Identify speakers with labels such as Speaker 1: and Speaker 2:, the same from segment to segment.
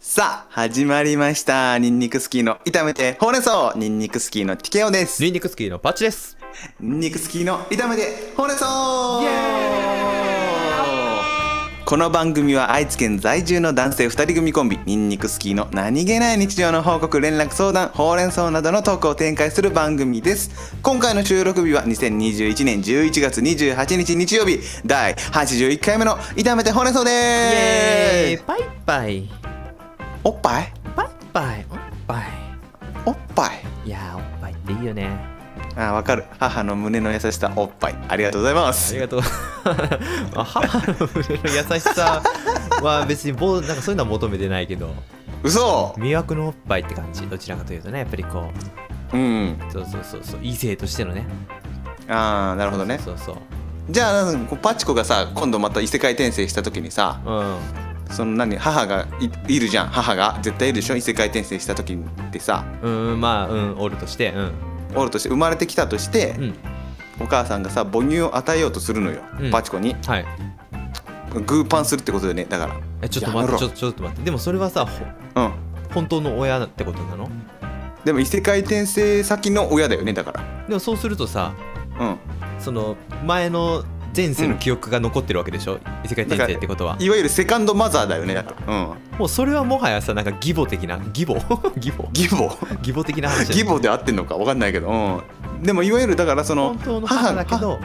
Speaker 1: さあ、始まりました。ニンニクスキーの炒めてほうれん草。ニンニクスキーのティケオです。
Speaker 2: ニンニクスキーのパッチです。
Speaker 1: ニンニクスキーの炒めてほうれん草この番組は愛知県在住の男性2人組コンビニンニクスキーの何気ない日常の報告連絡相談ほうれん草などのトークを展開する番組です今回の収録日は2021年11月28日日曜日第81回目の炒めてほうれん草
Speaker 2: イ
Speaker 1: で
Speaker 2: ー
Speaker 1: す
Speaker 2: イパイパイ
Speaker 1: おっぱい
Speaker 2: パイパイおっぱ
Speaker 1: おっぱい
Speaker 2: いいやーおっぱいっていいよね
Speaker 1: あわかる母の胸の優しさおっぱいありがとうございま
Speaker 2: あ
Speaker 1: す
Speaker 2: りがとうあ母の胸の優しさは別にぼうなんかそういうのは求めてないけど
Speaker 1: 嘘
Speaker 2: 魅惑のおっぱいって感じどちらかというとねやっぱりこう
Speaker 1: うん
Speaker 2: そうそうそうそう異性としてのね
Speaker 1: ああなるほどね
Speaker 2: そうそう
Speaker 1: じゃあなんかこうパチコがさ今度また異世界転生した時にさ
Speaker 2: そううん
Speaker 1: その何母がいいるじゃん母が絶対いるでしょ異世界転生した時にってさ
Speaker 2: うんうんまあうんおるとしてうん
Speaker 1: おるとして生まれてきたとして、
Speaker 2: うん
Speaker 1: お母さんがさ母乳を与えようとするのよ、
Speaker 2: うん
Speaker 1: パチコに
Speaker 2: はい
Speaker 1: グーパンするってことでねだか
Speaker 2: えちょっ
Speaker 1: や
Speaker 2: と
Speaker 1: め
Speaker 2: 待っ
Speaker 1: ろ
Speaker 2: てちょちょっと待ってでもそれはさほ
Speaker 1: らうん
Speaker 2: 本当の親ってことなの
Speaker 1: でも異世界転生先の親だよねだから
Speaker 2: でもそうするとさ
Speaker 1: うん
Speaker 2: その前の前世の記憶が残ってるわけでしょ、異世界転生ってことはい
Speaker 1: わゆるセカンドマザーだよねだからうん
Speaker 2: もうそれはもはやさなんか義母的な義母 義母
Speaker 1: 義母
Speaker 2: 義母的な話だ
Speaker 1: 義
Speaker 2: よ
Speaker 1: 母で合ってんのか分かんないけど、うん、でもいわゆるだからその
Speaker 2: 本当の母だけど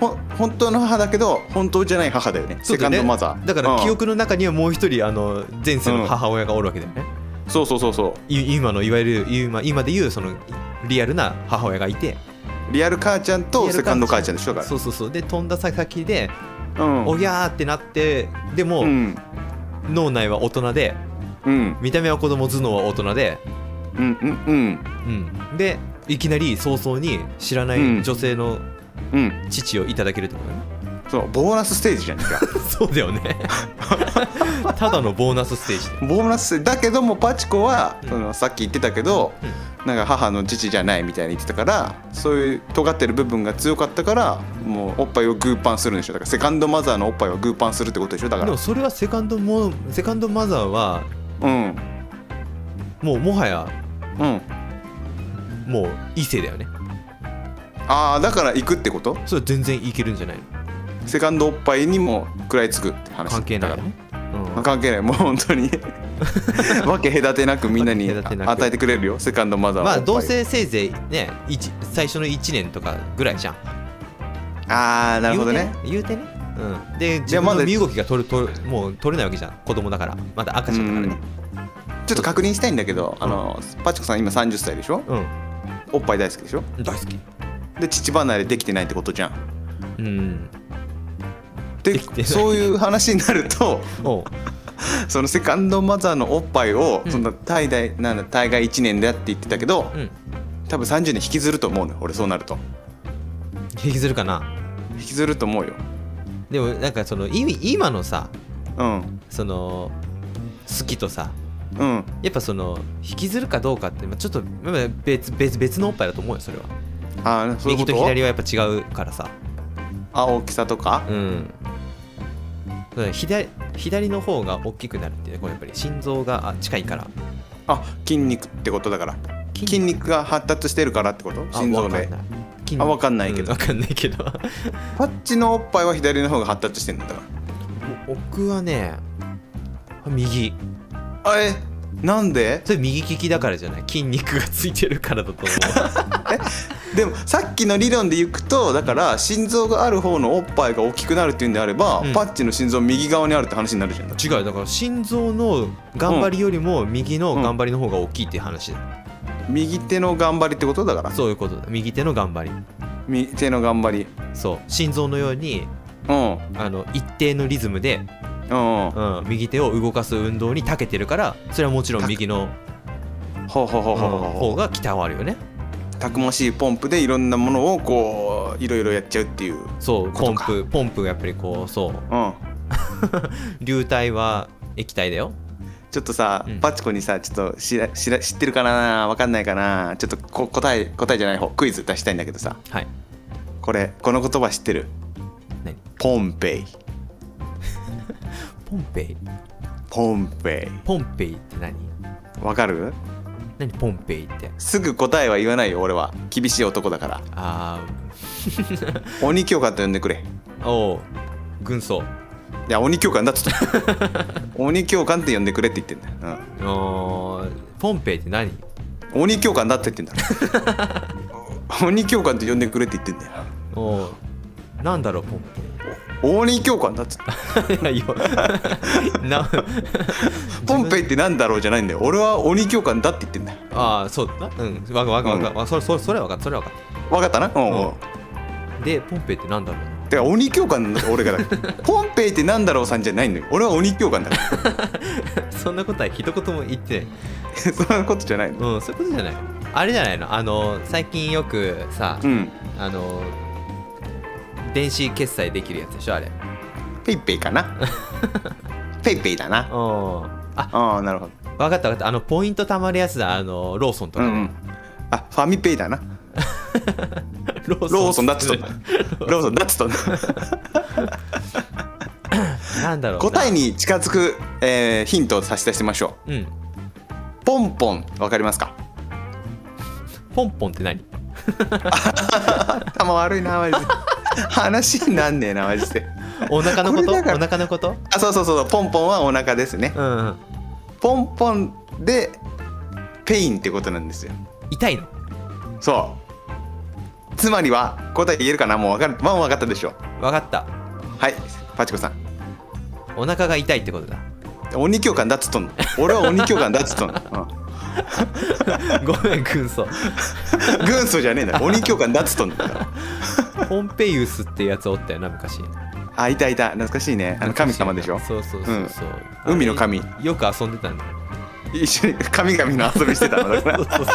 Speaker 1: ほ本当の母だけど本当じゃない母だよね
Speaker 2: そう
Speaker 1: セ
Speaker 2: だ
Speaker 1: カ
Speaker 2: よ
Speaker 1: ン
Speaker 2: ね
Speaker 1: ドマザー
Speaker 2: だから記、
Speaker 1: う
Speaker 2: 憶の中にはもう一人あの前世の母親がおるわけだよね、
Speaker 1: んそうそうそうそ
Speaker 2: い今のいわゆる今今でいうそのリアルな母親がいて
Speaker 1: うリアル母ちゃんと
Speaker 2: リアル
Speaker 1: セカンド母ちゃんでしょだか
Speaker 2: そうそうそうで飛んだ先で
Speaker 1: らうん
Speaker 2: おぎゃーってなってでも、
Speaker 1: うん
Speaker 2: 脳内は大人で
Speaker 1: うん
Speaker 2: 見た目は子供頭脳は大人で
Speaker 1: うんうんうん
Speaker 2: うん、でいきなり早々に知らな
Speaker 1: うん
Speaker 2: い女性の
Speaker 1: うん
Speaker 2: 父をいただけるってことだね、
Speaker 1: そうボーナスステージじゃないか
Speaker 2: そうだよね ただのボーナスステージで
Speaker 1: ボーナスステージだけどもパチコは、
Speaker 2: うん
Speaker 1: そのさっき言ってたけど、なんか母の父じゃないみたいに言ってたからそういう尖ってる部分が強かったからもうおっぱいをグーパンするんでしょだからセカンドマザーのおっぱいをグーパンするってことでしょだか
Speaker 2: で
Speaker 1: ら
Speaker 2: もそれはセカンドモセカンドマザーは
Speaker 1: うん
Speaker 2: もうもはや
Speaker 1: うん
Speaker 2: もう異性だよね
Speaker 1: ああだから行くってこと
Speaker 2: それは全然いけるんじゃないの
Speaker 1: セカンドおっぱいにも食らいつくって話
Speaker 2: 関係ない
Speaker 1: だ
Speaker 2: よ
Speaker 1: か
Speaker 2: ね、
Speaker 1: ら
Speaker 2: う
Speaker 1: まあ
Speaker 2: ん、
Speaker 1: 関係ないもう本当 にわけ隔てなくみんなに
Speaker 2: わけ隔てなく
Speaker 1: 与えてくれるよセカンドマザーは
Speaker 2: ま
Speaker 1: お
Speaker 2: あ
Speaker 1: っぱい
Speaker 2: どうせせいぜいね一最初の1年とかぐらいじゃん
Speaker 1: ああなるほどね
Speaker 2: 言うてね言うてね、うん、で
Speaker 1: じゃ
Speaker 2: 自
Speaker 1: あま
Speaker 2: 分
Speaker 1: だ
Speaker 2: の身動きが取る取るもう取れないわけじゃん子供だからまだ赤ちゃんだからね
Speaker 1: うんちょっと確認したいんだけど、あのパチコさん今30歳でしょおっぱい大好きでしょ
Speaker 2: うん大好き
Speaker 1: で父離れできてないってことじゃん
Speaker 2: うん
Speaker 1: で
Speaker 2: できてない
Speaker 1: そういう話になると
Speaker 2: おう
Speaker 1: そのセカンドマザーのおっぱいを、
Speaker 2: うん
Speaker 1: そんな大概なんだ大概1年だって言ってたけど、
Speaker 2: うん
Speaker 1: 多分30年引きずると思うのよ俺そうなると
Speaker 2: 引きずるかな
Speaker 1: 引きずると思うよ
Speaker 2: でもなんかその意味今のさ
Speaker 1: うん
Speaker 2: その好きとさ
Speaker 1: うん
Speaker 2: やっぱその引きずるかどうかってまあちょっとまあ別別別のおっぱいだと思うよそれは
Speaker 1: あーそういうこ
Speaker 2: 右
Speaker 1: と
Speaker 2: と左はやっぱ違うからさ
Speaker 1: あ大きさとか
Speaker 2: うんそうだね左左の方が大きくなるっていうこれやっぱり心臓があ近いから
Speaker 1: あ筋肉ってことだから筋肉が発達してるからってこと
Speaker 2: あ
Speaker 1: 心臓
Speaker 2: わか
Speaker 1: で
Speaker 2: んない筋
Speaker 1: あわかんないけど
Speaker 2: うわかんないけど
Speaker 1: パッチのおっぱいは左の方が発達してるんだか
Speaker 2: お僕はね右
Speaker 1: らあえなんで
Speaker 2: それ右利きだからじゃない筋肉がついてるからだと思
Speaker 1: でもさっきの理論でいくとだから心臓がある方のおっぱいが大きくなるっていうんであれば、
Speaker 2: うん
Speaker 1: パッチの心臓右側にあるって話になるじゃんだって
Speaker 2: う違うだから心臓の頑張りよりも右の頑張りの方が大きいっていう話だよ、
Speaker 1: 右手の頑張りってことだから
Speaker 2: そういうことだ右手の頑張り
Speaker 1: 右手の頑張り
Speaker 2: そう心臓のように
Speaker 1: うん
Speaker 2: あの一定のリズムで、
Speaker 1: うん
Speaker 2: うん、右手を動かす運動に長けてるからそれはもちろん右の、
Speaker 1: ほうほうほ
Speaker 2: う
Speaker 1: うんほうほうほ
Speaker 2: 方が鍛わるよね
Speaker 1: うたくましいポンプでいろんなものをこういろいろやっちゃうっていう
Speaker 2: そう
Speaker 1: こ
Speaker 2: ポ
Speaker 1: と
Speaker 2: ン
Speaker 1: か
Speaker 2: プポンプがやっぱりこうそう
Speaker 1: うん
Speaker 2: 流体は液体だよ
Speaker 1: ちょっとさ、
Speaker 2: うん
Speaker 1: パチコにさちょっと知ら知ら知ってるかなわかんないかなちょっとこ答え答えじゃない方クイズ出したいんだけどさ
Speaker 2: はい
Speaker 1: これこの言葉知ってる
Speaker 2: 何
Speaker 1: ポンペイ
Speaker 2: ポンペイ
Speaker 1: ポンペ
Speaker 2: ポンペイって何
Speaker 1: イわかる
Speaker 2: 何ポンペイって
Speaker 1: すぐ答えは言わないよ俺は厳しい男だから
Speaker 2: あ
Speaker 1: 鬼教官と呼んでくれ
Speaker 2: あおう軍曹
Speaker 1: いや鬼教官だっつった 鬼教官って呼んでくれって言ってんだよ、
Speaker 2: おーポンペイって何
Speaker 1: うん、鬼教官だって言ってんだ 鬼教官って呼んでくれって言ってんだよ
Speaker 2: おうなんだろうポンペイ
Speaker 1: 鬼教官だっ つった
Speaker 2: いやよな
Speaker 1: ポンペイってなんだろうじゃないんだよ俺は鬼教官だって言ってんだよ
Speaker 2: ああそうだなうんわかわかわか、わそれそれそれは分かったそれは分かっ
Speaker 1: 分かったなうん、うん
Speaker 2: うたでポンペイってなんだろう
Speaker 1: てか鬼教官なんだから俺が だからポンペイってなんだろうさんじゃないんだよ俺は鬼教官だから
Speaker 2: そんなことは一言も言ってない
Speaker 1: そんなことじゃないの
Speaker 2: うんそういうことじゃないあれじゃないのあの最近よくさ、
Speaker 1: うん
Speaker 2: あの電子決済できるやつでしょあれ
Speaker 1: ペイペイかな ペイペイだな
Speaker 2: おあ
Speaker 1: ああなるほど
Speaker 2: 分かった分かったあのポイント貯まるやつだあのローソンと
Speaker 1: う
Speaker 2: か
Speaker 1: ん
Speaker 2: ね、
Speaker 1: うんあファミペイだな
Speaker 2: ロー
Speaker 1: ローソンだっつったローソンだっつ った
Speaker 2: なんだろう
Speaker 1: 答え
Speaker 2: に
Speaker 1: に近づく、えーヒントを差し出しましょ
Speaker 2: うん
Speaker 1: うポンポンわかります か
Speaker 2: ポンポンって何
Speaker 1: 頭悪いなマジで話になんねえなマジで
Speaker 2: お腹のこ
Speaker 1: こと
Speaker 2: お
Speaker 1: れだから
Speaker 2: 腹のこと
Speaker 1: あそうそうそうそうポンポンはお腹ですね
Speaker 2: うんうん
Speaker 1: ポンポンでペインってことなんですよ
Speaker 2: 痛いの
Speaker 1: そうつまりは答え言えるかなもうわかるもう分かったでしょ
Speaker 2: 分かった
Speaker 1: はいパチコさん
Speaker 2: お腹が痛いってこ とだ
Speaker 1: 鬼教官だっつっとんの俺は鬼教官だっつっとんの、
Speaker 2: ごめん軍曹
Speaker 1: うん、軍曹じゃねえんだ鬼教官だっつっとんの
Speaker 2: ポンペイウスってやつおったよな昔
Speaker 1: あいたいた懐かしいねあの神様でしょ
Speaker 2: そうそうそうそう、
Speaker 1: うん海の神
Speaker 2: あれよく遊んでた んだよ
Speaker 1: 一緒に神々の遊びしてたのだから
Speaker 2: そうそうそう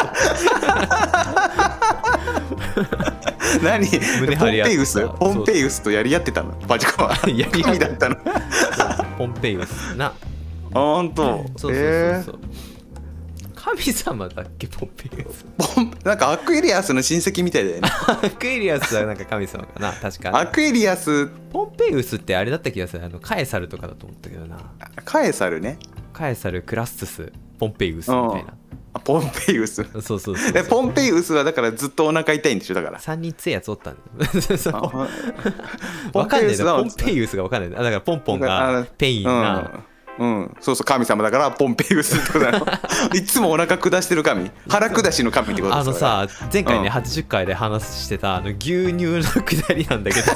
Speaker 1: 何
Speaker 2: 胸
Speaker 1: ポ
Speaker 2: 張
Speaker 1: ン
Speaker 2: り合ってた
Speaker 1: ペイウスポンペイウスとやり合ってたのパチコは
Speaker 2: やり合って
Speaker 1: 神だったの
Speaker 2: ポンペイウスな
Speaker 1: ほんと
Speaker 2: そうそうそうそう、
Speaker 1: えー
Speaker 2: 神様だっけポンペイウス
Speaker 1: ポンなんかアクエリアスの親戚みたいだよね
Speaker 2: アクエリアスはなんか神様かな確か
Speaker 1: アクエリアス
Speaker 2: ポンペイウスってあれだった気がするあのカエサルとかだと思ったけどな
Speaker 1: カエサルね
Speaker 2: カエサルクラストゥスポンペイウスみたいな
Speaker 1: あポンペイウス
Speaker 2: そうそうそう
Speaker 1: えポンペイウスはだからずっとお腹痛いんでしょだから
Speaker 2: 3人強いやつおったんだそう
Speaker 1: あポ
Speaker 2: わ
Speaker 1: ンペ
Speaker 2: かん
Speaker 1: イ
Speaker 2: な
Speaker 1: ウ
Speaker 2: い
Speaker 1: ス
Speaker 2: な
Speaker 1: は
Speaker 2: ポンペイウスがわかんないなだからポンポン
Speaker 1: あ
Speaker 2: がペインな、
Speaker 1: うん、うんそうそう神様だからポンペイウスってことな のいつもお腹下してる神腹下しの神ってこと
Speaker 2: あ
Speaker 1: です
Speaker 2: の
Speaker 1: から
Speaker 2: さ前回ね、
Speaker 1: うん
Speaker 2: 80回で話してたあの牛乳のくだりなんだけ ど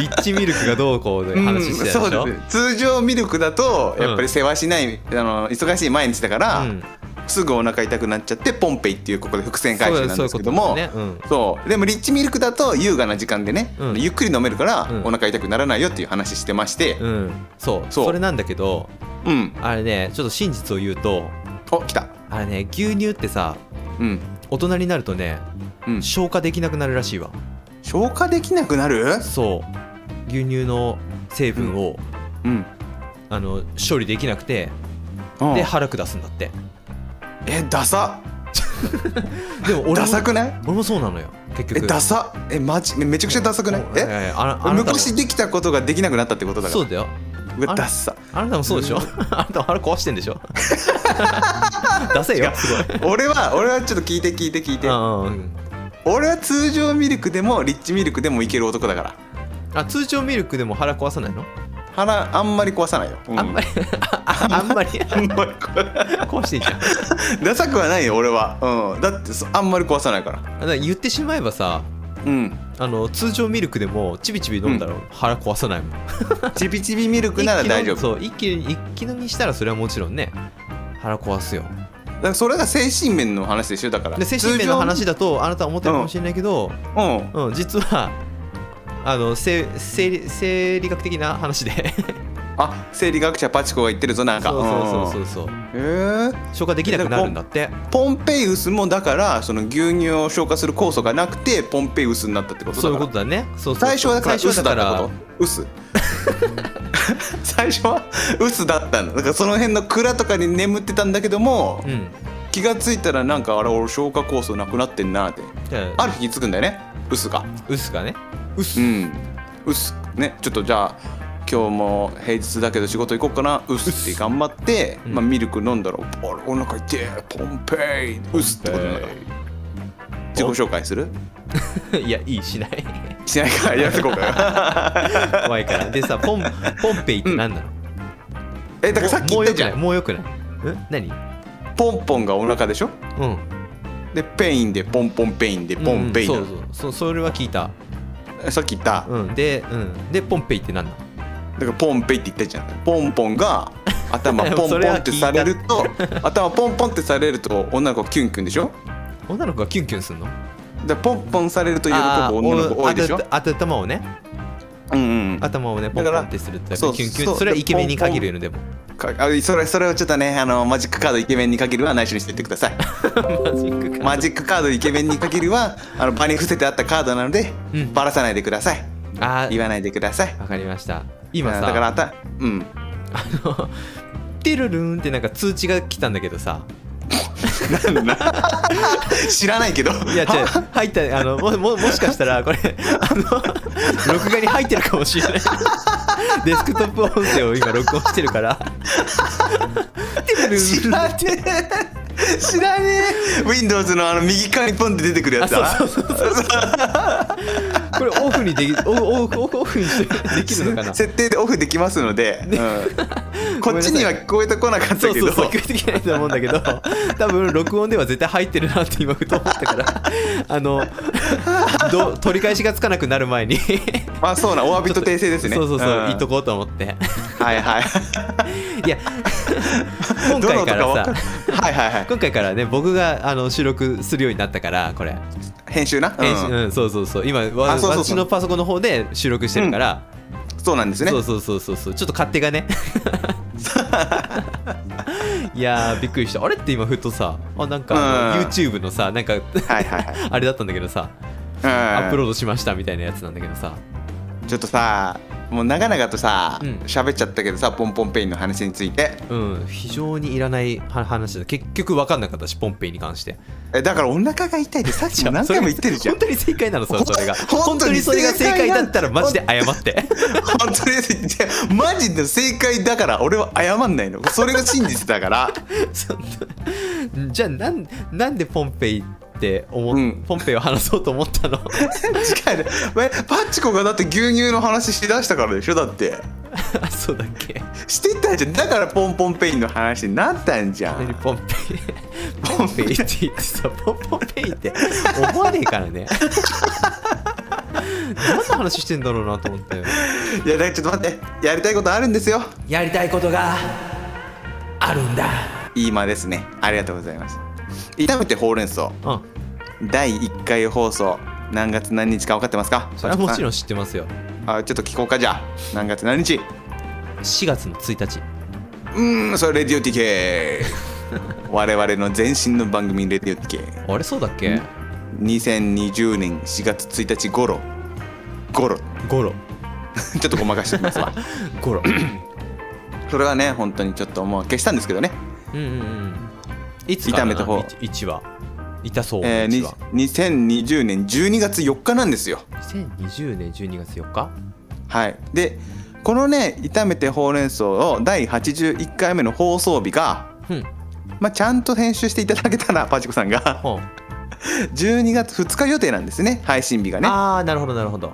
Speaker 2: リッチミルクがどうこうで話してたでしょ、
Speaker 1: うんそうですね通常ミルクだとやっぱり世話しない、あの忙しい毎日だから、
Speaker 2: うん
Speaker 1: すぐお腹痛くなっちゃってポンペイっていうここで伏線回収なんですけど
Speaker 2: そ
Speaker 1: も
Speaker 2: ういうことだね
Speaker 1: そうでもリッチミルクだと優雅な時間でね、
Speaker 2: うん
Speaker 1: ゆっくり飲めるから、
Speaker 2: うん
Speaker 1: お腹痛くならないよっていう話してまして
Speaker 2: うん、うんそう
Speaker 1: そ
Speaker 2: そうれなんだけど
Speaker 1: うん、
Speaker 2: あれねちょっと真実を言うと
Speaker 1: お来た
Speaker 2: あれね牛乳ってさ
Speaker 1: うん
Speaker 2: 大人になるとね
Speaker 1: うん
Speaker 2: 消化できなくなるらしいわ
Speaker 1: 消化できなくなる
Speaker 2: そう牛乳の成分を、
Speaker 1: うん
Speaker 2: あの処理できなくて
Speaker 1: うん
Speaker 2: で腹下すんだって
Speaker 1: えダサ
Speaker 2: でも俺
Speaker 1: ダ
Speaker 2: も
Speaker 1: サくない
Speaker 2: 俺もそうなのよ結
Speaker 1: え
Speaker 2: 局
Speaker 1: ダサえマジめめちゃくちゃダサくない
Speaker 2: お
Speaker 1: え
Speaker 2: ややあなあなたも
Speaker 1: 昔できたことができなくなったってことだか
Speaker 2: そ
Speaker 1: ら
Speaker 2: うだよ
Speaker 1: うわ
Speaker 2: あ
Speaker 1: ダッサ
Speaker 2: あなたもそうでしょ あなたも腹壊してんで しょ出せよすごい
Speaker 1: 俺は俺はちょっと聞いて聞いて聞いて
Speaker 2: うんうんうん
Speaker 1: 俺は通常ミルクでもリッチミルクでもいける男だから
Speaker 2: あ通常ミルクでも腹壊さないの、
Speaker 1: 腹あんまり壊さないよ、う
Speaker 2: あんま
Speaker 1: り
Speaker 2: りああんまり
Speaker 1: あんまり壊
Speaker 2: 壊していいじゃん
Speaker 1: ダサくはないよ俺は、うん、だってそあんまり壊さないから
Speaker 2: あだから言ってしまえばさ
Speaker 1: うん
Speaker 2: あの通常ミルクでもちびちび飲んだら腹壊さないもん、
Speaker 1: チビチビミルクなら大丈夫
Speaker 2: 一気にそう一気に一気飲みしたらそれはもちろんね腹壊すよ
Speaker 1: だからそれが精神面の話でしょだから
Speaker 2: で精神面の話
Speaker 1: だ
Speaker 2: だとあなたは思ってるかもしれないけど、
Speaker 1: うん
Speaker 2: うん、実はあの生生理生理学的な話で
Speaker 1: あ生理学者パチコが言ってるぞなんか
Speaker 2: そうそうそうそうそう
Speaker 1: うんへえ
Speaker 2: 消化できなくなるんだって
Speaker 1: ポンペイウスもだからその牛乳を消化する酵素がなくてポンペイウスになったってことだか
Speaker 2: そ
Speaker 1: ら
Speaker 2: ういうことだねそうそう
Speaker 1: 最初はだからウ
Speaker 2: 最
Speaker 1: ス
Speaker 2: 初
Speaker 1: だっ
Speaker 2: はだ
Speaker 1: た
Speaker 2: か
Speaker 1: ことウ ス最初はウスだったのだからその辺の蔵とかに眠ってたんだけども、
Speaker 2: らうん
Speaker 1: 気がついたらなんかあれ俺消化酵素なくなってんなって
Speaker 2: じゃあ
Speaker 1: ある日気づくんだよねウスが
Speaker 2: ウスがねウス、
Speaker 1: うんウスねちょっとじゃあ今日も平日だけど仕事行こうかなうっすって頑張って、
Speaker 2: うん
Speaker 1: まあ、ミルク飲んだらあらお腹痛いポンペイうっすってことになる自己紹介する
Speaker 2: いやいいしない
Speaker 1: しないからやめとこう か
Speaker 2: 怖いからでさポンポンペイって何なの、
Speaker 1: えだからさっき言ったじゃ
Speaker 2: も
Speaker 1: ん
Speaker 2: うもうよくないもうよくないん何
Speaker 1: ポンポンがお腹でしょ
Speaker 2: うん
Speaker 1: でペインでポンポンペインでポンペイン
Speaker 2: う
Speaker 1: なんの、
Speaker 2: うんそうそうそそれは聞いた、
Speaker 1: さっき言った
Speaker 2: うん、で、うん、でポンペイって何なの
Speaker 1: だからポンペイって言ったじゃんポンポン が頭ポンポンってされると頭ポンポンってされると女の子キュンキュンでしょ
Speaker 2: 女の子がキュンキュンするの
Speaker 1: だからポンポンされると喜ぶ女の子多いでしょ
Speaker 2: あーおあた頭をね
Speaker 1: うんうん
Speaker 2: 頭をねポンポンってするって
Speaker 1: そう
Speaker 2: キュンキュ
Speaker 1: そ
Speaker 2: ン
Speaker 1: う
Speaker 2: それはイケメンに限るよねでも
Speaker 1: かあそれそれをちょっとねあのマジックカードイケメンにかけるは内緒にしてってください
Speaker 2: マジックか
Speaker 1: マジックカードイケメンにかけるはあの場に伏せてあったカードなので、
Speaker 2: うん
Speaker 1: バラさないでください
Speaker 2: あ
Speaker 1: 言
Speaker 2: ー
Speaker 1: わないでください
Speaker 2: わかりました今さ
Speaker 1: だからあたうん
Speaker 2: あのテルルンってなんか通知が来たんだけどさ
Speaker 1: なんだ 知らないけど
Speaker 2: いや違う入ったあのもももしかしたらこれあの録画に入ってるかもしれないデスクトップ音声を今録音してるからテルルン
Speaker 1: 知らねえ知らねえ Windows のあの右側にポンって出てくるや
Speaker 2: あ
Speaker 1: つ
Speaker 2: そう
Speaker 1: だ
Speaker 2: そうそうそうこれオフにできオフオフオフオフにしてできるのかな
Speaker 1: 設定でオフできますので、うんこっちには聞こえてこなかった
Speaker 2: そう
Speaker 1: け
Speaker 2: そ
Speaker 1: ど
Speaker 2: うそう聞こえてきてないと思うんだけど多分録音では絶対入ってるなって今ふと思った からあのど取り返しがつかなくなる前に
Speaker 1: まあそうなお詫びと訂正ですね
Speaker 2: そうそうそう、
Speaker 1: ん
Speaker 2: 言っとこうと思って
Speaker 1: はいはい
Speaker 2: いや 今回から
Speaker 1: ど
Speaker 2: さ
Speaker 1: のとかははいはいはい
Speaker 2: 今回からね僕があの収録するようになったからこれ
Speaker 1: 編集な、うん
Speaker 2: 編集うんそうそうそう今わ
Speaker 1: あそうそうそう
Speaker 2: 私のパソコンの方で収録してるから、
Speaker 1: そうなんですね
Speaker 2: そうそうそうそうそうちょっと勝手 がねいやーびっくりしたあれって今ふとさあなんかあの
Speaker 1: うん
Speaker 2: YouTube のさ なんか
Speaker 1: はいはいはい
Speaker 2: あれだったんだけどさア
Speaker 1: ア
Speaker 2: ップロードしましたみたいなやつなんだけどさ
Speaker 1: ちょっとさもう長々とさ
Speaker 2: うん
Speaker 1: 喋、っちゃったけどさポンポンペインの話について
Speaker 2: うん非常にいらないは話だ結局分かんなかったしポンペイに関して
Speaker 1: えだからお腹が痛いってさっきも何回も言ってるじゃん
Speaker 2: それ本当に正解なのそれそれが
Speaker 1: ほん
Speaker 2: 本当にそれが正解だったらマジで謝って
Speaker 1: 本当にじゃあマジで正解だから俺は謝んないのそれが真実だから
Speaker 2: そんなじゃあなんなんでポンペイって思っ、
Speaker 1: うん
Speaker 2: ポンペイを話そうと思ったの
Speaker 1: 違うねえパチコがだって牛乳の話しだしたからでしょだって
Speaker 2: あそうだっけ
Speaker 1: してたじゃんだからポンポンペインの話になったんじゃん
Speaker 2: 何ポンペイポンペイって言ってさポンポンペイって思わねえからね 何の話してんだろうなと思ったよ
Speaker 1: いやだからちょっと待ってやりたいことあるんですよ
Speaker 2: やりたいことがあるんだ
Speaker 1: 今ですねありがとうございます炒めてほうれん草
Speaker 2: うん
Speaker 1: 第1回放送何月何日か分かってますか
Speaker 2: それはもちろ
Speaker 1: ん
Speaker 2: ん知ってますよ
Speaker 1: あちょっと聞こうかじゃあ何月何日
Speaker 2: 4月の1日
Speaker 1: うーんそれレディオ TK 我々の前身の番組レディオ TK
Speaker 2: あれそうだっけ
Speaker 1: 2020年4月1日頃頃
Speaker 2: ゴロ
Speaker 1: ちょっとごまかしておきます わ
Speaker 2: ゴロ
Speaker 1: それはね本当にちょっともう消したんですけどね、
Speaker 2: うんうんうんいつからな
Speaker 1: 痛めた方
Speaker 2: い一話痛そう
Speaker 1: えーに
Speaker 2: 一話
Speaker 1: 2020年12月4日なんですよ
Speaker 2: 2020年12月4日
Speaker 1: はい、でこのね炒めてほうれん草を第81回目の放送日が、
Speaker 2: うん
Speaker 1: まあ、ちゃんと編集していただけたら パチコさんが
Speaker 2: ほう
Speaker 1: 12月2日予定なんですね配信日がね
Speaker 2: ああなるほどなるほど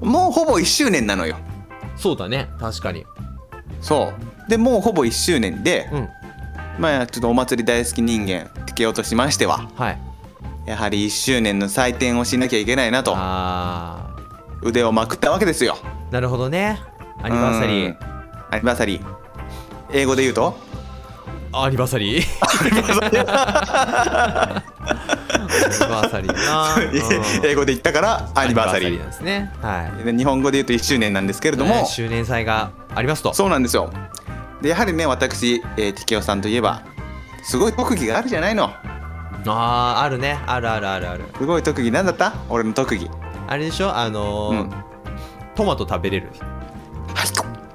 Speaker 1: もうほぼ1周年なのよ
Speaker 2: そうだね確かに
Speaker 1: そうでもうほぼ1周年で、
Speaker 2: うん
Speaker 1: まあちょっとお祭り大好き人間テケオとしましては
Speaker 2: はい
Speaker 1: やはり1周年の祭典をしなきゃいけないなと
Speaker 2: あ
Speaker 1: 腕をまくったわけですよ
Speaker 2: あなるほどねアニバーサリ
Speaker 1: うん
Speaker 2: ー
Speaker 1: アニバーサリー英語で言うと
Speaker 2: アニバーサリーアニバーサリーな
Speaker 1: 英語で言ったからアニバーサリー
Speaker 2: なんですねは
Speaker 1: で日本語で言うと1周年なんですけれ
Speaker 2: い
Speaker 1: ども、
Speaker 2: えー周年祭がありますと
Speaker 1: そうなんですよでやはりね私、えー、TKO さんといえばすごい特技があるじゃないの
Speaker 2: あああるねあるあるあるある
Speaker 1: すごい特技なんだった俺の特技
Speaker 2: あれでしょあのー
Speaker 1: うん
Speaker 2: トマト食べれる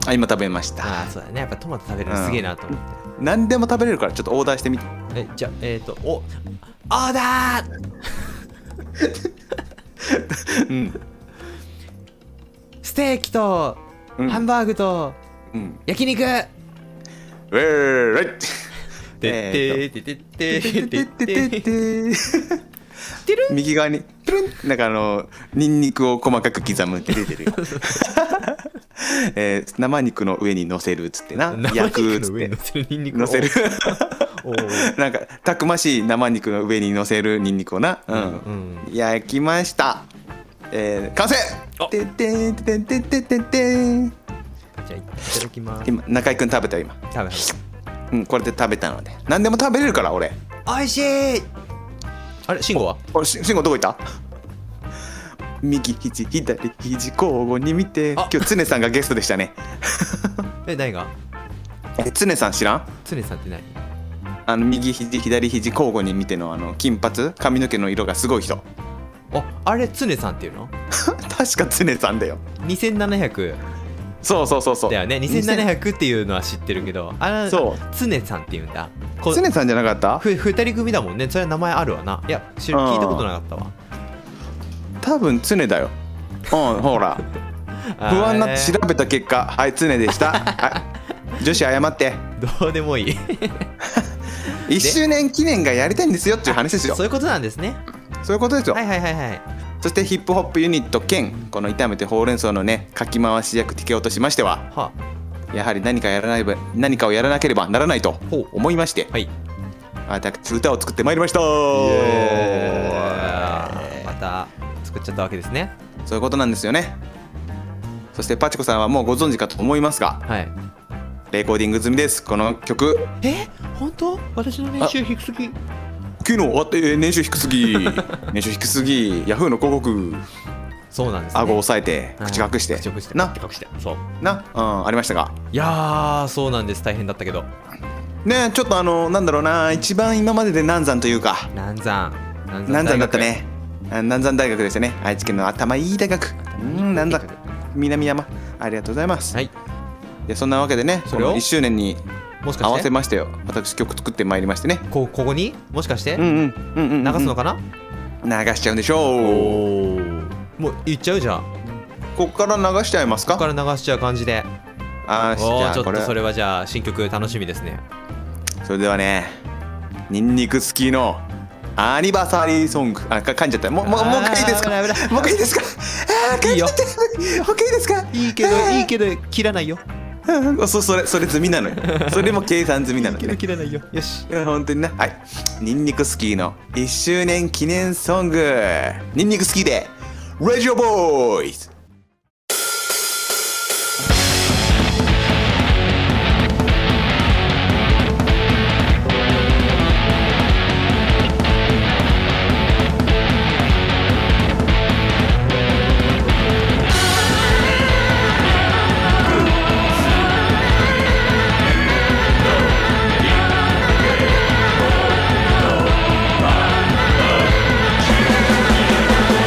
Speaker 1: あ今食べました
Speaker 2: ああそうだねやっぱトマト食べれるのすげえなと思って、
Speaker 1: 何でも食べれるからちょっとオーダーしてみて
Speaker 2: えじゃあえっ、とおあーだー
Speaker 1: うん
Speaker 2: ステーキと
Speaker 1: うん
Speaker 2: ハンバーグと
Speaker 1: うん。
Speaker 2: 焼肉
Speaker 1: ウェーライ
Speaker 2: てっててててててて
Speaker 1: 右側にプルンなんかあのニンニクを細かく刻むって出てるよ、えー生肉の上に乗せるっつってな焼
Speaker 2: 生
Speaker 1: くっ
Speaker 2: 肉
Speaker 1: つ
Speaker 2: の
Speaker 1: って
Speaker 2: 上に乗せるニンニク
Speaker 1: 乗せる
Speaker 2: おーお ー
Speaker 1: なんかたくましい生肉の上に乗せるニンニクをな、うん
Speaker 2: うん
Speaker 1: 焼きました、えー、完成
Speaker 2: あ
Speaker 1: てってんてんてんてんてんてん
Speaker 2: じゃあいただきます
Speaker 1: 今中居君食べたよ今、
Speaker 2: 食べます
Speaker 1: うん、これで食べたので何でも食べれるから俺
Speaker 2: おいしいあれ慎吾は
Speaker 1: あれし慎吾どこ行った右肘左肘交互に見て
Speaker 2: あ
Speaker 1: 今日常さんがゲストでしたね
Speaker 2: え何が
Speaker 1: え常さん知らん
Speaker 2: 常さんって何
Speaker 1: あの右肘左肘交互に見てのあの金髪髪の毛の色がすごい人
Speaker 2: ああれ常さんっていうの
Speaker 1: 確か常さんだよ
Speaker 2: 2700
Speaker 1: そうそうそうそう
Speaker 2: だよね2700っていうのは知ってるけどあれ
Speaker 1: そ
Speaker 2: 常さんっていうんだこ
Speaker 1: 2000常さんじゃなかった
Speaker 2: ふ二人組だもんねそれは名前あるわないや知る
Speaker 1: うん
Speaker 2: 聞いたことなかったわ
Speaker 1: 多分常だようんほら不安になって調べた結果はい常でしたはい女子謝って
Speaker 2: どうでもいい
Speaker 1: 1周年記念がやりたいんですよっていう話ですよ
Speaker 2: そういうことなんですね
Speaker 1: そういうことですよ
Speaker 2: はいはいはいはい
Speaker 1: そしてヒップホップユニット兼この炒めてほうれん草のねかき回し役敵をとしましては
Speaker 2: は
Speaker 1: やはり何かやらないば何かをやらなければならないと
Speaker 2: ほう
Speaker 1: 思いまして
Speaker 2: はい
Speaker 1: 私歌を作ってまいりました
Speaker 2: また作っちゃったわけですね
Speaker 1: そういうことなんですよねそしてパチコさんはもうご存知かと思いますが
Speaker 2: はい
Speaker 1: レコーディング済みですこの曲
Speaker 2: え本当私の練習低すぎ
Speaker 1: 昨日終わってえー年収低す ぎ年収低すぎヤフーの広告
Speaker 2: そうなんですね
Speaker 1: 顎を押さえて
Speaker 2: うん
Speaker 1: 口隠して
Speaker 2: 口隠して
Speaker 1: な
Speaker 2: 口隠してそう
Speaker 1: な、うん、ありましたが
Speaker 2: いやーそうなんです大変だったけど
Speaker 1: ねちょっとあのなんだろうな一番今までで難産というか
Speaker 2: 南山南
Speaker 1: 南山だ
Speaker 2: 大学
Speaker 1: ったねあ南山大学ですよね愛知県の頭いい大学う
Speaker 2: 頭いい大学
Speaker 1: ん南山南山ありがとうございます、
Speaker 2: はい
Speaker 1: でそんなわけでね
Speaker 2: そ
Speaker 1: こ
Speaker 2: れを
Speaker 1: の1周年に
Speaker 2: もしか
Speaker 1: 合わ
Speaker 2: し
Speaker 1: せ
Speaker 2: て
Speaker 1: ましたよ私曲作ってまいりましてね
Speaker 2: こここにもしかして
Speaker 1: うん
Speaker 2: 流
Speaker 1: うんうんうんうん
Speaker 2: すのかな、
Speaker 1: 流しちゃうんでしょう
Speaker 2: おもう言っちゃうじゃん
Speaker 1: こっから流しちゃいます
Speaker 2: こ
Speaker 1: か
Speaker 2: こから流しちゃう感じで
Speaker 1: あーし
Speaker 2: お
Speaker 1: じ
Speaker 2: お
Speaker 1: ゃ
Speaker 2: ちょ
Speaker 1: あ
Speaker 2: っ
Speaker 1: ことれ
Speaker 2: それはじゃあ新曲楽しみですね
Speaker 1: それではねニンニクスキーのアニバサリーソングあか噛んじゃったもうもうもう一回いいです
Speaker 2: あー危ない危
Speaker 1: かもう一回いいですかあー噛んじゃった もう一回いいですか
Speaker 2: いいけど
Speaker 1: あー
Speaker 2: いいけど切らないよ
Speaker 1: うんそそれそれ済みなのよそれも計算済みなの
Speaker 2: け
Speaker 1: よ
Speaker 2: ど
Speaker 1: ね
Speaker 2: 切らないよよし
Speaker 1: いや本当になはいニンニクスキーの1周年記念ソングニンニクスキーで「ラジオボーイズ」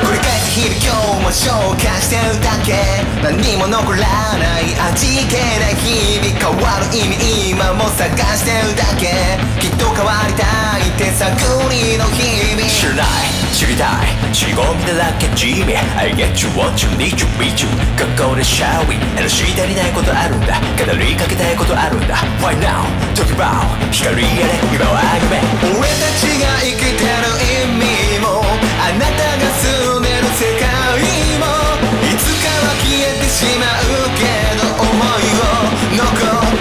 Speaker 3: 繰り返す日々今日も消化してるだけ何にも残らない味気ない日々変わる意味今も探してるだけきっと変わりたい手探りの日々
Speaker 4: 知らない知りたい仕事だらけ地味 I get you what you need you meet you 学校でシャーウィン話し足りないことあるんだ語りかけたいことあるんだ Why now? Talk about 光やれ今は夢
Speaker 3: 俺たちが生きてる意味もあなたが住んでる世界もいつかは消えてしまうけど思いを残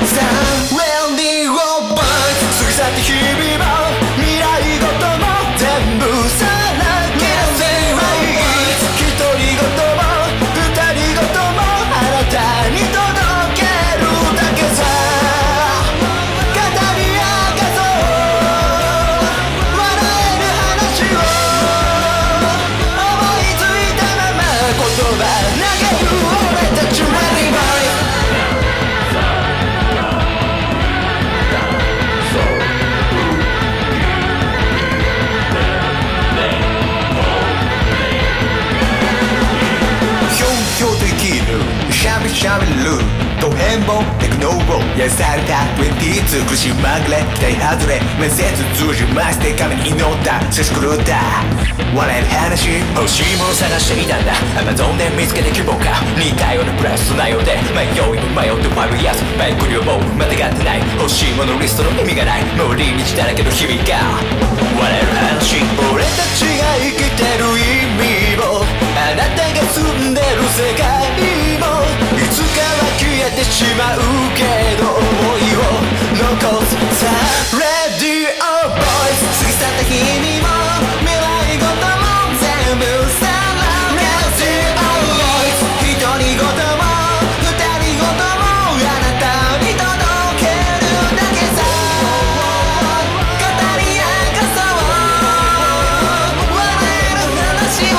Speaker 3: した Randy
Speaker 4: 過
Speaker 3: Robert
Speaker 4: ぎ去って日々も未来ごとも全部さらけ出せばいい一人ごとも二人ごともあなたに届けるだけさ語り明かそう笑える話を
Speaker 3: れた 20s 苦しまぐれ期待外れ面接通じまして神に祈った差し狂った笑える話欲しいもの探していたんだ Amazon で見つけて希望か似たようなプラス内容で迷いに迷って悪いやつバイク両方間違ってない欲しいものリストの意味がないもうリミだらけの日々が笑える話
Speaker 4: 俺たちが生きてる意味もあなたが住んでる世界もいつかは消えてしまうけど想いを残すさあ Radio Boys
Speaker 3: 過ぎ去った日にも未来事も全部さらけ出し独り言も二人言もあなたに届けるだけさ語り明かそう笑える話を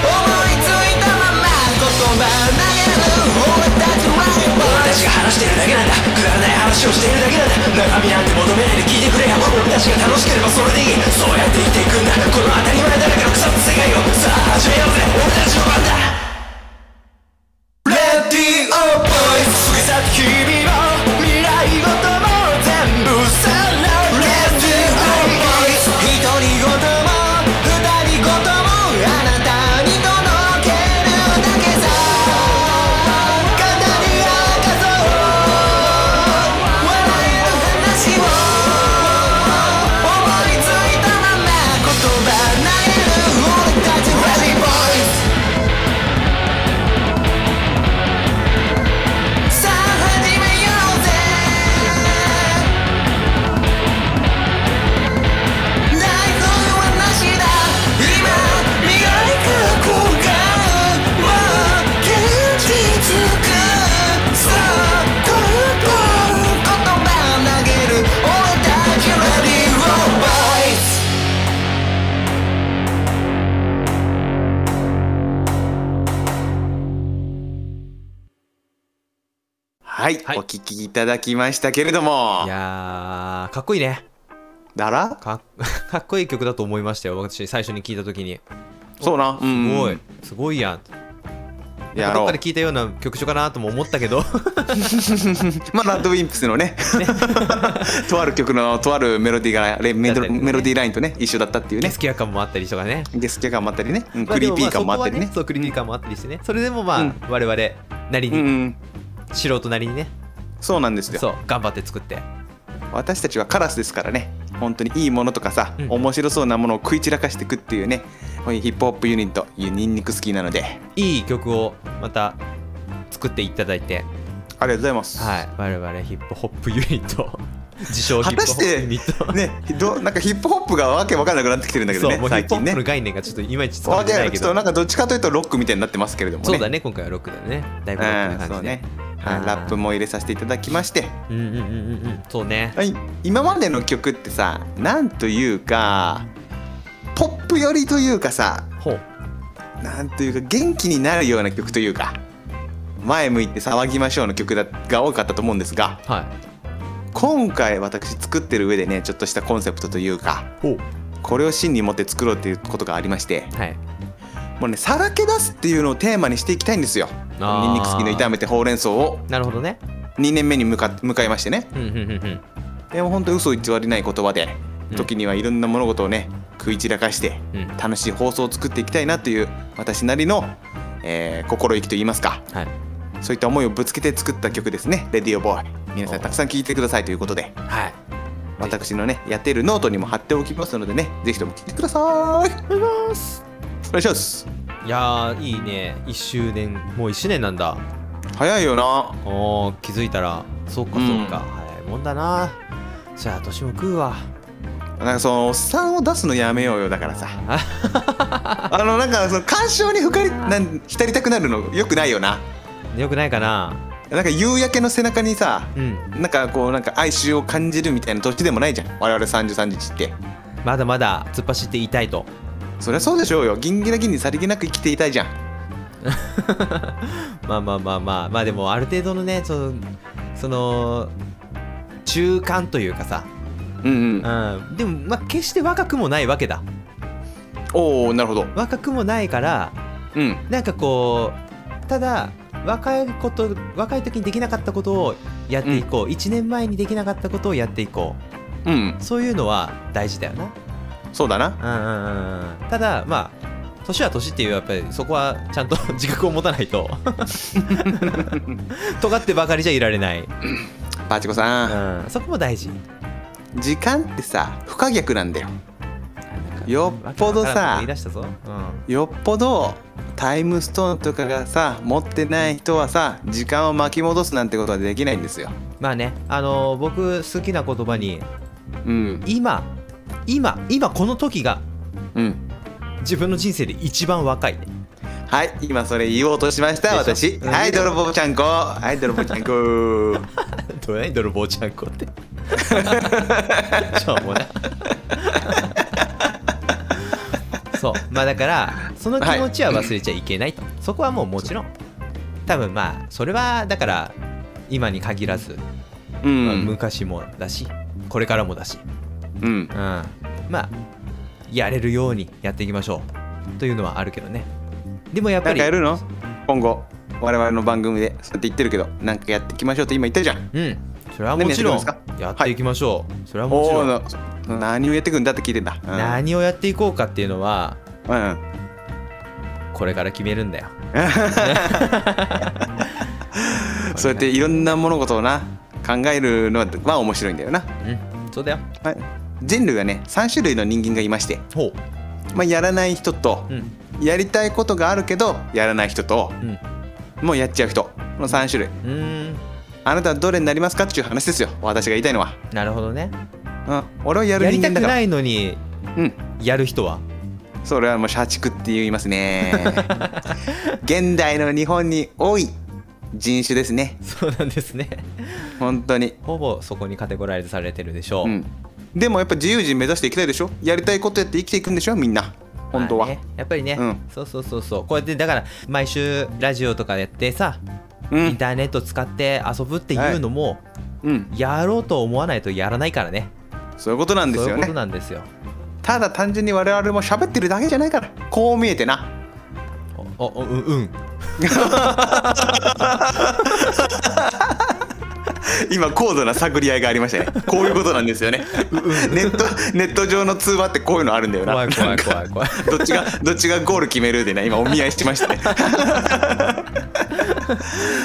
Speaker 3: 思いついたまま言葉投げる俺たちは
Speaker 4: 俺たちが話してるだけなんだくだらない話をしているだけなんだ中身なんて求めないで聞いてくれよ俺たちが楽しければそれでいいそうやって生きていくんだこの当たり前だらけの腐った世界をさあ始めようぜ俺たちの番だレディオボイス過ぎ去った君も未来事も全部さらうレディオボイス
Speaker 3: 独り言も二人言もあなたに届けるだけさ語り明かそう笑える話を思いついたまま言葉投げる俺たちレディボイスさあ始めようぜ Life の話だ今未来過去がもう現実化さあ言葉投げる俺たち Ready Roll Boys
Speaker 1: はい、
Speaker 2: はい
Speaker 1: お聞きいただきましたけれども
Speaker 2: いやーかっこいいね
Speaker 1: だら
Speaker 2: か っかっこいい曲だと思いましたよ私最初に聞いた時に
Speaker 1: そうなう
Speaker 2: す
Speaker 1: ん
Speaker 2: ごいすごいやん
Speaker 1: や
Speaker 2: どっ
Speaker 1: ろ
Speaker 2: か
Speaker 1: う
Speaker 2: で聞いたような曲調かなとも思っ たけど
Speaker 1: まあラッドウィンプスのね とある曲のとあるメロディーがレメド
Speaker 2: だったりね
Speaker 1: メロディーラインとね一緒だったっていうね
Speaker 2: 好きや感もあったりとかね
Speaker 1: ゲスキャ感もあったりね、うん
Speaker 2: まあ
Speaker 1: クリーピー感もあったり
Speaker 2: で
Speaker 1: ね
Speaker 2: もまそこはそうクリーピー感もあったりしてねそれでもまあ、
Speaker 1: うん
Speaker 2: 我々なり
Speaker 1: う
Speaker 2: に、
Speaker 1: んうん
Speaker 2: 素人なりにね
Speaker 1: そうなんですよ
Speaker 2: そう頑張って作って
Speaker 1: 私たちはカラスですからね本当にいいものとかさ、
Speaker 2: うん
Speaker 1: 面白そうなものを食い散らかしていくっていうねこういうヒップホップユニットニンニク好きなのであり
Speaker 2: いい曲をまた作っていただいて
Speaker 1: がとうございます、
Speaker 2: はい我々ヒップホップユニッ ト自称ヒ
Speaker 1: 果
Speaker 2: ップ
Speaker 1: た
Speaker 2: ホ
Speaker 1: し
Speaker 2: ップユ
Speaker 1: て
Speaker 2: ニット
Speaker 1: ねどなんかヒップホップがわけわかんなくなってきてるんだけど
Speaker 2: そう
Speaker 1: ね
Speaker 2: もうヒ
Speaker 1: 最
Speaker 2: ップホ
Speaker 1: 近
Speaker 2: ップ
Speaker 1: ね
Speaker 2: の概念がちょっといまいちつか
Speaker 1: わ
Speaker 2: め
Speaker 1: け
Speaker 2: てな
Speaker 1: ないい
Speaker 2: け
Speaker 1: ちょっ
Speaker 2: ど
Speaker 1: となんかどっちかというとロックみたいになってますけれどもね
Speaker 2: そうだね今回はロックだよねだいぶロック
Speaker 1: う
Speaker 2: な
Speaker 1: そ
Speaker 2: ん感
Speaker 1: う
Speaker 2: じで
Speaker 1: ねはいラップも入れさせていただきまして
Speaker 2: うんうんうんうんうんそうね
Speaker 1: はい今までの曲ってさなんというかポップ寄りというかさ
Speaker 2: ほう
Speaker 1: なんというか元気になるような曲というか前向いて騒ぎましょうの曲だが多かったと思うんですが
Speaker 2: はい
Speaker 1: 今回私作ってる上でねちょっとしたコンセプトというか
Speaker 2: ほう
Speaker 1: これを真に持って作ろうっていうことがありまして
Speaker 2: はい
Speaker 1: もうねさらけ出すっていうのをテーマにしていきたいんですよ
Speaker 2: あー
Speaker 1: ニンニク好きの炒めてほうれん草を
Speaker 2: なるほどね
Speaker 1: 2年目に向か迎えましてね
Speaker 2: うんうんうんうん
Speaker 1: でも本当嘘偽りない言葉で
Speaker 2: うん
Speaker 1: 時にはいろんな物事をね食い散らかして
Speaker 2: うん
Speaker 1: 楽しい放送を作っていきたいなという私なりの、えー心意気といいますか
Speaker 2: はい
Speaker 1: そういった思いをぶつけて作った曲ですね「レディオボーイ」皆さんたくさん聴いてくださいということで
Speaker 2: はい
Speaker 1: 私のねやってるノートにも貼っておきますのでねぜひとも聴いてくださいお願いしますお願いします
Speaker 2: いやーいいね1周年もう1周年なんだ
Speaker 1: 早いよな
Speaker 2: おー気づいたらそうかそうか、早いもんだなじゃあ年も食うわ
Speaker 1: なんかそのおっさんを出すのやめようよだからさあのなんかその感傷にふかりなん浸りたくなるのよくないよな
Speaker 2: よくないかな
Speaker 1: なんか夕焼けの背中にさ
Speaker 2: うん
Speaker 1: なんかこうなんか哀愁を感じるみたいな年でもないじゃん我々33日って
Speaker 2: まだまだ突っ走っていたいと
Speaker 1: そりゃそうでしょうよギンギラギンにさりげなく生きていたいじゃん
Speaker 2: まあまあまあまあまあでもある程度のねそのその中間というかさ、
Speaker 1: うんうん
Speaker 2: うん、でもまあ決して若くもないわけだ
Speaker 1: おおなるほど
Speaker 2: 若くもないから
Speaker 1: うん
Speaker 2: なんかこうただ若いこと若い時にできなかったことをやっていこう、1年前にできなかったことをやっていこ
Speaker 1: うん
Speaker 2: うそういうのは大事だよな
Speaker 1: そうだな
Speaker 2: うんうんうんうんただまあ年は年っていうやっぱりそこはちゃんと 自覚を持たない と尖ってばかりじゃいられない、う
Speaker 1: パチコさん、
Speaker 2: ん、そこも大事
Speaker 1: 時間ってさ不可逆なんだよよっぽど
Speaker 2: わけわから
Speaker 1: さ
Speaker 2: んこと言い出したぞ、うん
Speaker 1: よっぽどタイムストーンとかがさ持ってない人はさ時間を巻き戻すなんてことはできないんですよ
Speaker 2: まあねあのー僕好きな言葉に
Speaker 1: うん
Speaker 2: 今今今この時が
Speaker 1: うん
Speaker 2: 自分の人生で一番若い
Speaker 1: はい今それ言おうとしました
Speaker 2: でし
Speaker 1: 私
Speaker 2: ょうん
Speaker 1: はい泥棒ちゃんこはい泥棒ちゃ んこ
Speaker 2: どうやねん泥棒ちゃんこって しょうもないそうまあだからその気持ちは忘れちゃいけないと、そこはもうもちろん多分まあそれはだから今に限らず、
Speaker 1: う
Speaker 2: まあ
Speaker 1: ん
Speaker 2: 昔もだしこれからもだし、
Speaker 1: うん
Speaker 2: うん、まあやれるようにやっていきましょうというのはあるけどねでもやっぱ
Speaker 1: なん
Speaker 2: り
Speaker 1: かやるの今後我々の番組でそうやって言ってるけどなんかやっていきましょうって今言ってるじゃん
Speaker 2: うんそれはもち
Speaker 1: 何やっていくん
Speaker 2: ろん
Speaker 1: ですか
Speaker 2: やっていきましょう、それはも
Speaker 1: お
Speaker 2: ちろ
Speaker 1: お
Speaker 2: ん
Speaker 1: ーな何をやってくんだって聞いてんだ、うん、
Speaker 2: 何をやっていこうかっていうのは
Speaker 1: うん
Speaker 2: これから決めるんだよ
Speaker 1: そうやっていろんな物事をな考えるのは面白いんだよな、
Speaker 2: うんそうだよ
Speaker 1: はい、人類はね3種類の人間がいまして、
Speaker 2: ほ
Speaker 1: まあ、やらない人と、
Speaker 2: うん
Speaker 1: やりたいことがあるけどやらない人と
Speaker 2: ううん
Speaker 1: もうやっちゃう人この3種類
Speaker 2: うーん
Speaker 1: あなたはどれになりますかっていう話ですよ私が言いたいのは、
Speaker 2: なるほどね
Speaker 1: うん、俺はやる
Speaker 2: やり
Speaker 1: 人
Speaker 2: た
Speaker 1: 間
Speaker 2: く
Speaker 1: だから
Speaker 2: ないのに
Speaker 1: うん
Speaker 2: やる人は
Speaker 1: それはもう社畜って言いますね現代の日本に多い人種ですね
Speaker 2: そうなんですね
Speaker 1: 本当に
Speaker 2: ほぼそこにカテゴライズされてるでしょう、
Speaker 1: うんでもやっぱ自由人目指していきたいでしょやりたいことやって生きていくんでしょみんな本当は、
Speaker 2: まあねやっぱりね、
Speaker 1: うん
Speaker 2: そうそうそうそうこうやってだから毎週ラジオとかやってさ、
Speaker 1: う
Speaker 2: イン
Speaker 1: ん
Speaker 2: ターネット使って遊ぶっていうのも、
Speaker 1: うん
Speaker 2: やろうと思わないとやらないからね
Speaker 1: そういうことなんで
Speaker 2: そう
Speaker 1: す
Speaker 2: いう
Speaker 1: よ
Speaker 2: こ
Speaker 1: ね
Speaker 2: となんですよ
Speaker 1: ただ単純に我々も喋ってるだけじゃないからこう見えてな
Speaker 2: おおうんうん
Speaker 1: 今高度な探り合いがありましたねこういうことなんですよ ねネットネット上の通話ってこういうのあるんだよな
Speaker 2: 怖い怖
Speaker 1: ないんか
Speaker 2: 怖い怖い
Speaker 1: どっちがどっちがゴール決めるでね今お見合いしてま したね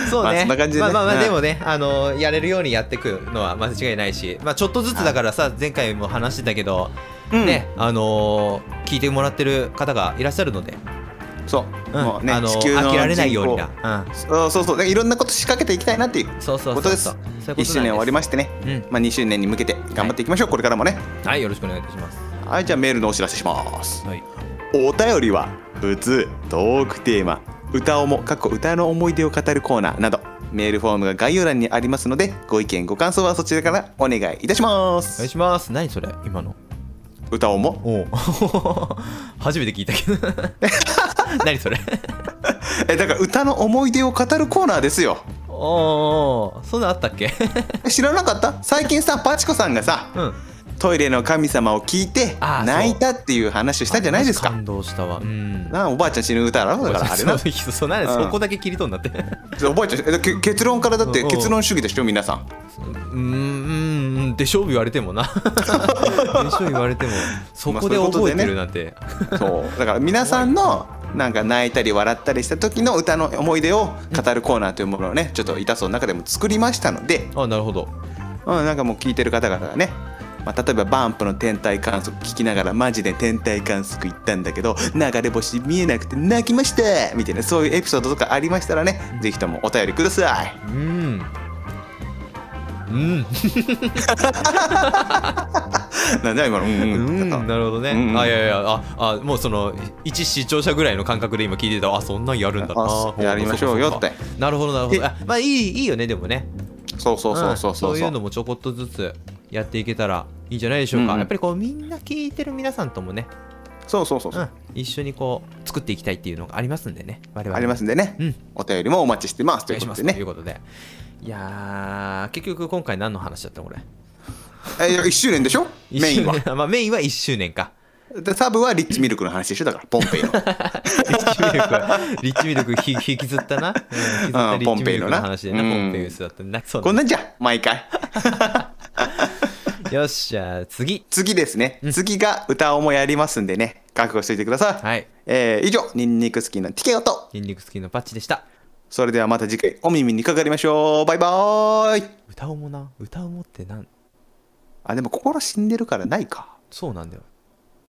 Speaker 2: そう
Speaker 1: まあ
Speaker 2: ね。
Speaker 1: そんな感じでね
Speaker 2: まあまあまあ
Speaker 1: うん
Speaker 2: でもね、あのやれるようにやっていくのは間違いないし、まあちょっとずつだからさ、前回も話してたけど、
Speaker 1: うん
Speaker 2: ね、あのー聞いてもらってる方がいらっしゃるので、
Speaker 1: そう、
Speaker 2: うん
Speaker 1: もうね、
Speaker 2: あのー
Speaker 1: 地球の
Speaker 2: 飽きられない
Speaker 1: 人
Speaker 2: よう
Speaker 1: 口
Speaker 2: にな。うん。
Speaker 1: そうそうそうだからいろんなこと仕掛けていきたいなっていう
Speaker 2: そうそうそうそう
Speaker 1: ことです
Speaker 2: そういうことな
Speaker 1: 1
Speaker 2: んです
Speaker 1: 周年終わりましてね、
Speaker 2: うん
Speaker 1: まあ、2周年に向けて頑張っていきましょう、これからもね
Speaker 2: はい、よろしくお願いいたします。
Speaker 1: はいじゃあメールのお知らせします
Speaker 2: はい。
Speaker 1: お便りは普通トークテーマ歌おも過去歌の思い出を語るコーナーなどメールフォームが概要欄にありますのでご意見ご感想はそちらからお願いいたしま
Speaker 2: お願い
Speaker 1: す
Speaker 2: します。何それ、今の。
Speaker 1: 歌おも
Speaker 2: おう 初めて聞いたけど。 何それ。
Speaker 1: えだから歌の思い出を語るコーナーですよ
Speaker 2: おうおうおうそんなんあったっ け
Speaker 1: 知らなかった最近さパチコさんがさ
Speaker 2: うん。
Speaker 1: トイレの神様を聞いて
Speaker 2: あーそう
Speaker 1: 泣いたっていう話をしたじゃないですか
Speaker 2: 感動したわ。うん。
Speaker 1: なあおばあちゃん死ぬ歌だろだからあれな
Speaker 2: そうそうそうなんで
Speaker 1: うん
Speaker 2: そこだけ切り取んなって。
Speaker 1: おばあちゃんえだけ結論からだって
Speaker 2: うん
Speaker 1: 結論主義でしょ皆さん
Speaker 2: うーんでしょ言われ てもなでしょ言われても そこで
Speaker 1: まあそういうこと
Speaker 2: 覚
Speaker 1: で
Speaker 2: え
Speaker 1: ね
Speaker 2: てるなんて、
Speaker 1: そうだから皆さんのなんか泣いたり笑ったりした時の歌の思い出を語るコーナーというものをねちょっと痛そうの中でも作りましたので、
Speaker 2: あなるほど
Speaker 1: うん、なんかもう聞いてる方々がね、まあ、例えばバンプの天体観測聞きながらマジで天体観測行ったんだけど流れ星見えなくて泣きましたみたいなそういうエピソードとかありましたらね是非ともお便りください。
Speaker 2: うんうん
Speaker 1: なんだ今のうん
Speaker 2: う
Speaker 1: うん
Speaker 2: ん
Speaker 1: だった
Speaker 2: なるほどね、
Speaker 1: うんうん
Speaker 2: あいやいやああもうその一視聴者ぐらいの感覚で今聞いてたあそんなんやるんだな
Speaker 1: あそうやりましょうよ
Speaker 2: そうかそうか
Speaker 1: って
Speaker 2: なるほどなるほどあまあいいいいよねでもね
Speaker 1: そうそうそうそうそう
Speaker 2: うんそういうのもちょこっとずつやっていけたらいいんじゃないでしょうか、
Speaker 1: うんうん
Speaker 2: やっぱりこうみんな聞いてる皆さんともね、、
Speaker 1: そうそうそうそううん
Speaker 2: 一緒にこう作っていきたいっていうのがありますんでね我々も
Speaker 1: ありますんでね、
Speaker 2: うん
Speaker 1: お便りもお待ちしてます
Speaker 2: お
Speaker 1: とい
Speaker 2: 願
Speaker 1: うこ
Speaker 2: いしま
Speaker 1: とですね
Speaker 2: ということでいやー結局今回何の話だったのこれ
Speaker 1: えいや1周年でしょメ インは
Speaker 2: 一周年まあメインは1周年か
Speaker 1: でサブはリッチミルクの話でしょだからポンペイの
Speaker 2: 1チミルク はリッチミルクひ引きずったな、うん、引きずったリッチミルクの話でな、
Speaker 1: うんポンペイのな
Speaker 2: ポンペイウスだったなそう
Speaker 1: こ
Speaker 2: だ
Speaker 1: ん
Speaker 2: ね
Speaker 1: なんじゃん毎回
Speaker 2: よっしゃ次
Speaker 1: 次ですね、次が歌おもやりますんでね覚悟していてください、
Speaker 2: はい
Speaker 1: えー以上ニンニク好きのティケオと
Speaker 2: 筋肉好きのパッチでした
Speaker 1: それではまた次回お耳にかかりましょうバイバーイ
Speaker 2: 歌おもな歌おもってなん
Speaker 1: あでも心死んでるからないか
Speaker 2: そうなんだよ